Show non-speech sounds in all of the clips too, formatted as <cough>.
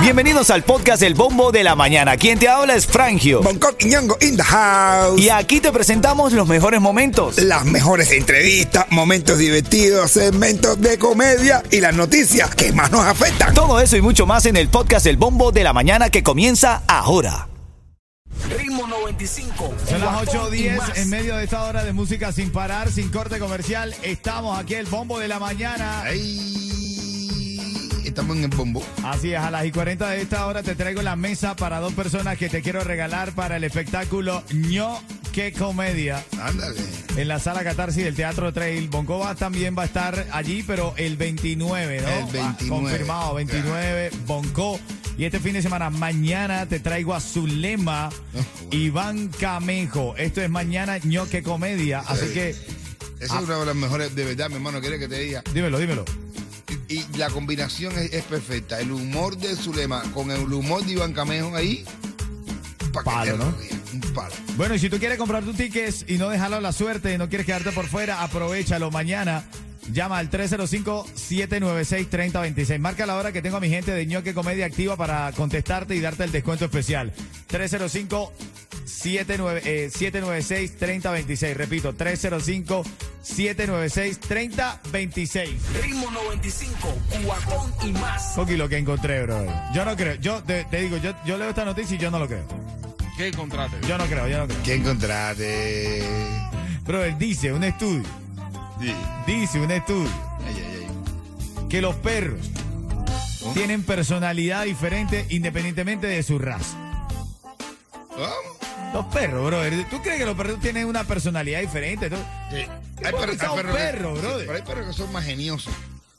Bienvenidos al podcast El Bombo de la Mañana. Quien te habla es Frangio. Bangkok y Ñongo in the house. Y aquí te presentamos los mejores momentos. Las mejores entrevistas, momentos divertidos, segmentos de comedia y las noticias que más nos afectan. Todo eso y mucho más en el podcast El Bombo de la Mañana que comienza ahora. Ritmo 95. Son las y más. 8.10 en medio de esta hora de música sin parar, sin corte comercial. Estamos aquí, el bombo de la mañana. Ay, estamos en el bombo. Así es, a las y 40 de esta hora te traigo la mesa para dos personas que te quiero regalar para el espectáculo ño que comedia. Ándale. En la sala Catarsis del Teatro Trail, Boncoba también va a estar allí, pero el 29, ¿no? El Ah, 29. confirmado, 29, Bonco. Y este fin de semana, mañana te traigo a Zulema, bueno. Iván Camejo. Esto es mañana ñoque comedia, así Sí. que Esa es una de las mejores, de verdad, mi hermano, quiere que te diga. dímelo, dímelo. Y, y la combinación es, es perfecta. El humor de Zulema con el humor de Iván Camejo ahí. pa' que Palo, te ¿no? rías, Un palo. Bueno, y si tú quieres comprar tus tickets y no dejarlo a la suerte y no quieres quedarte por fuera, aprovechalo mañana. Llama al 305-796-3026. Marca la hora que tengo a mi gente de ñoque comedia activa para contestarte y darte el descuento especial. 305 eh, 796-3026. Repito, 305-796-3026. Ritmo 95. Cubatón y más. Coqui, lo que encontré, bro. Yo no creo. Yo te, te digo, yo, yo leo esta noticia y yo no lo creo. ¿Qué contrate? Yo no creo, yo no creo. ¿Qué encontraste? Brother, dice un estudio. Sí. Dice un estudio. Ay, ay, ay. que los perros tienen personalidad diferente independientemente de su raza. ¿Cómo? Los perros, brother. ¿Tú crees que los perros tienen una personalidad diferente? ¿Tú- Sí. ¿Qué puede pensar un que- perro, sí, brother? ah, pero hay perros que son más geniosos.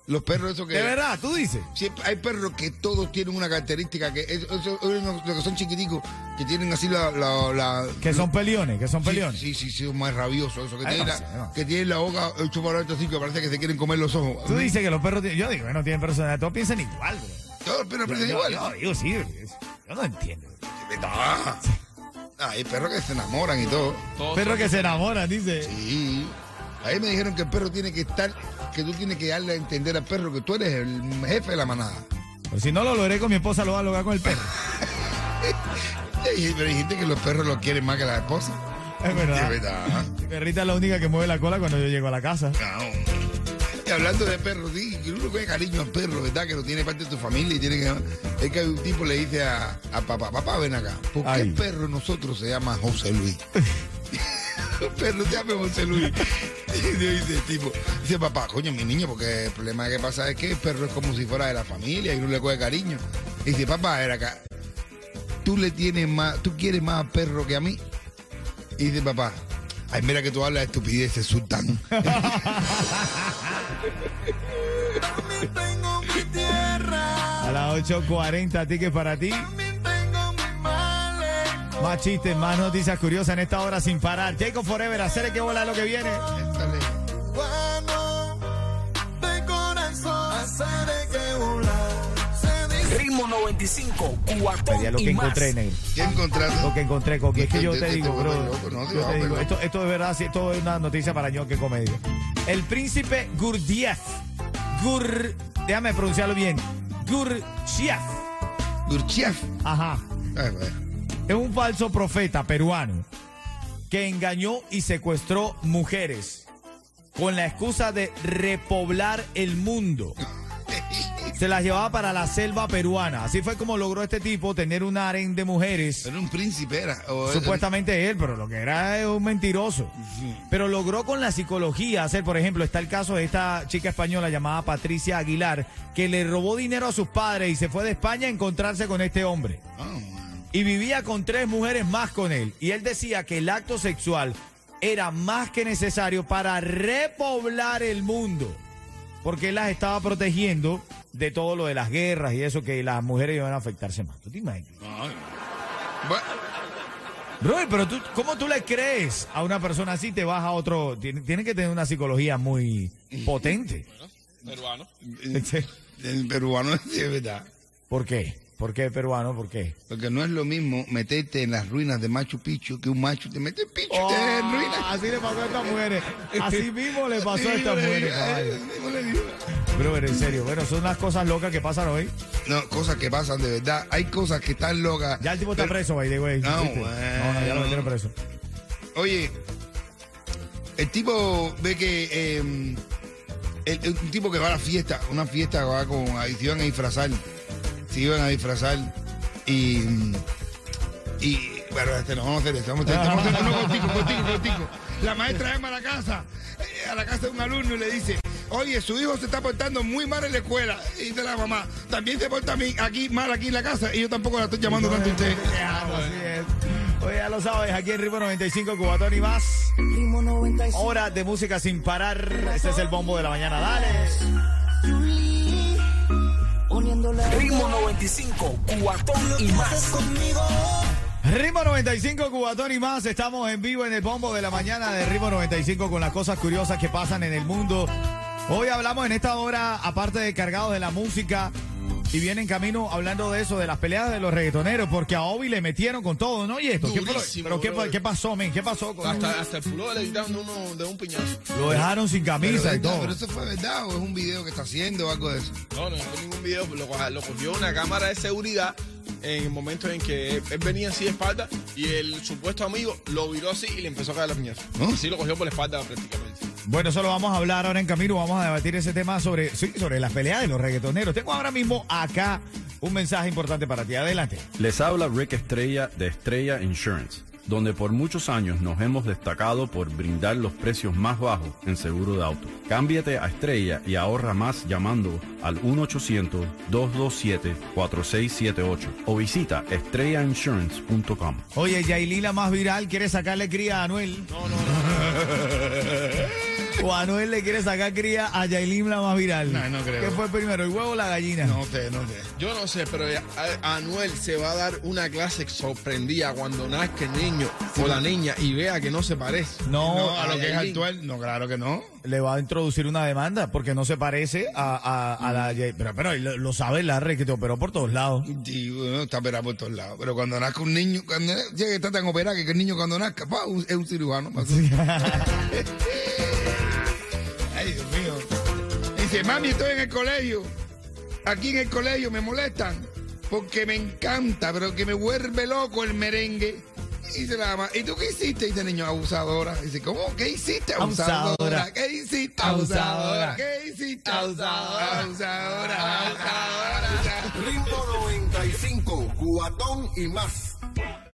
Los perros esos que... De verdad, tú dices. Siempre hay perros que todos tienen una característica que es- eso- unos- los que son chiquiticos que tienen así la, la, la- Que son peliones, que son Sí, peleones. Sí, sí, sí, más rabioso eso que Ay, tienen no sé, no la, sé. que tienen la boca hecho para adelante así que parece que se quieren comer los ojos. Tú dices que los perros tienen. Yo digo, bueno, tienen personalidad. Todos piensan igual, brother. Todos los perros Yo- piensan yo- igual. Yo, digo, sí, brother. yo no entiendo. Ah, hay perros que se enamoran y todo. Perros que se enamoran, dice. Sí. Ahí me dijeron que el perro tiene que estar, que tú tienes que darle a entender al perro que tú eres el jefe de la manada. Pero si no lo logré con mi esposa, lo voy a lograr con el <laughs> perro. Y- Pero dijiste que los perros lo quieren más que las esposas. Es De verdad. verdad. Mi perrita es la única que mueve la cola cuando yo llego a la casa. No. Y hablando de perros, sí, que uno coge cariño al perro, ¿verdad? Que lo tiene parte de tu familia y tiene que. Es que un tipo le dice a, a papá, papá, ven acá. ¿Por qué Ay. el perro de nosotros se llama José Luis? <laughs> el perro se llama José Luis. Y le dice el tipo, dice papá, coño, mi niño, porque el problema que pasa es que el perro es como si fuera de la familia y uno le coge cariño. Y dice, papá, ven acá. Tú le tienes más, tú quieres más al perro que a mí. Y dice papá, ay, mira que tú hablas de estupideces, sultán. A las 8.40, tickets para ti. Más chistes, más noticias curiosas en esta hora sin parar. Jacob Forever, hacer que volar lo que viene. Dale. Ritmo 95. Sería Cubatón lo que y más. encontré, negro. ¿Qué encontraste? Lo que encontré, Coqui. Es que yo te digo, bro. Loco, no, Yo no, te digo, pero- esto, esto de verdad, sí, esto es una noticia para ñoque comedia. El príncipe Gurdjieff. Gur. Déjame pronunciarlo bien. Gurdjieff. Gurdjieff. Ajá. Ay, Ah, bueno. <laughs> Es un falso profeta peruano que engañó y secuestró mujeres con la excusa de repoblar el mundo. Se las llevaba para la selva peruana. Así fue como logró este tipo tener un harén de mujeres. Era un príncipe, era. o- Supuestamente él, pero lo que era es un mentiroso. Pero logró con la psicología hacer, por ejemplo, está el caso de esta chica española llamada Patricia Aguilar, que le robó dinero a sus padres y se fue de España a encontrarse con este hombre Oh, man. y vivía con tres mujeres más con él. Y él decía que el acto sexual era más que necesario para repoblar el mundo. Porque él las estaba protegiendo de todo lo de las guerras y eso que las mujeres iban a afectarse más. ¿Tú te imaginas? Bueno, Robert, pero tú, ¿cómo tú le crees a una persona así? Te vas a otro... Tiene, tiene que tener una psicología muy potente. Peruano. el peruano es de verdad. ¿Por qué? ¿Por qué peruano? ¿Por qué? Porque no es lo mismo meterte en las ruinas de Machu Picchu que un macho te mete en Picchu y te deja Ah, en ruinas. así le pasó a estas mujeres. Así mismo le pasó a Sí, estas le mujeres, digo, caballo. eh, no le digo. Brother, en serio. Bueno, son las cosas locas que pasan hoy. No, cosas que pasan de verdad. Hay cosas que están locas. Ya el tipo está Pero- preso, by the way. No, ¿viste? no, no, ya lo bueno. metieron preso. Oye, el tipo ve que eh, el, el- un tipo que va a la fiesta, una fiesta va con ahí se iban a disfrazar, se iban a disfrazar y y bueno, este no vamos a hacer esto, vamos a hacer esto, vamos a hacer esto, no, cortico, cortico, cortico. La maestra llama a la casa, eh, a la casa de un alumno y le dice, oye, su hijo se está portando muy mal en la escuela. Y dice la mamá, también se porta a mí- aquí mal aquí en la casa y yo tampoco la estoy llamando tanto a usted. Así es. Oye, ya lo sabes, aquí en Ritmo 95, Cubatón y más. Ritmo 95. Hora de música sin parar. Este es el bombo de la mañana. Dale. Yuli, Uniendo la Ritmo 95, cuatón y más. conmigo. Ritmo 95, Cubatón y más. Estamos en vivo en el bombo de la mañana de Ritmo 95 con las cosas curiosas que pasan en el mundo. Hoy hablamos en esta hora, aparte de cargados de la música, y viene en camino hablando de eso, de las peleas de los reggaetoneros, porque a Obi le metieron con todo, ¿no? Y esto, ¿qué, fue lo- Durísimo, pero qué, brother. qué pasó, men? ¿Qué pasó? con- Pues Hasta, hasta el fulor le quitaron de, uno, de un piñazo. Lo dejaron sin Pero, camisa y ¿verdad? todo. pero eso fue verdad o es un video que está haciendo o algo de eso. No, no, no fue ningún video. Lo, coja- lo cogió una cámara de seguridad en el momento en que él, él venía así de espalda y el supuesto amigo lo viró así y le empezó a caer la piñazo. ¿No? Sí, lo cogió por la espalda prácticamente. Bueno, eso lo vamos a hablar ahora en camino. Vamos a debatir ese tema sobre, sí, sobre las peleas de los reggaetoneros. Tengo ahora mismo acá un mensaje importante para ti. Adelante. Les habla Rick Estrella de Estrella Insurance, donde por muchos años nos hemos destacado por brindar los precios más bajos en seguro de auto. Cámbiate a Estrella y ahorra más llamando al 1-800-227-4678 o visita estrellainsurance.com. Oye, Yailin, la más viral, quiere sacarle cría a Anuel. No, no, no. <laughs> o Anuel le quiere sacar cría a Yailin, la más viral. No, no creo. ¿Qué fue primero, el huevo o la gallina? No sé, no sé. Yo no sé, pero ya- a- Anuel se va a dar una clase sorprendida cuando nazca el niño o la niña y vea que no se parece. No, No, a lo que es Yailin. actual, no, claro que no. le va a introducir una demanda porque no se parece a, a, a la Yailin. Pero, pero lo, lo sabe Larry, que te operó por todos lados. Y bueno, está operado por todos lados. Pero cuando nazca un niño, cuando llega está tan operado que el niño cuando nazca, pa, un- es un cirujano. pa. <laughs> Ay, Dios mío. Dice, mami, estoy en el colegio. Aquí en el colegio me molestan porque me encanta, pero que me vuelve loco el merengue. Y dice la mamá, ¿y tú qué hiciste? Dice el niño, abusadora. Dice, ¿cómo? ¿Qué hiciste, abusadora? Abusadora. ¿Qué hiciste, Abusadora. abusadora? ¿Qué hiciste, abusadora? Abusadora, abusadora. Ritmo 95, cuatón y más.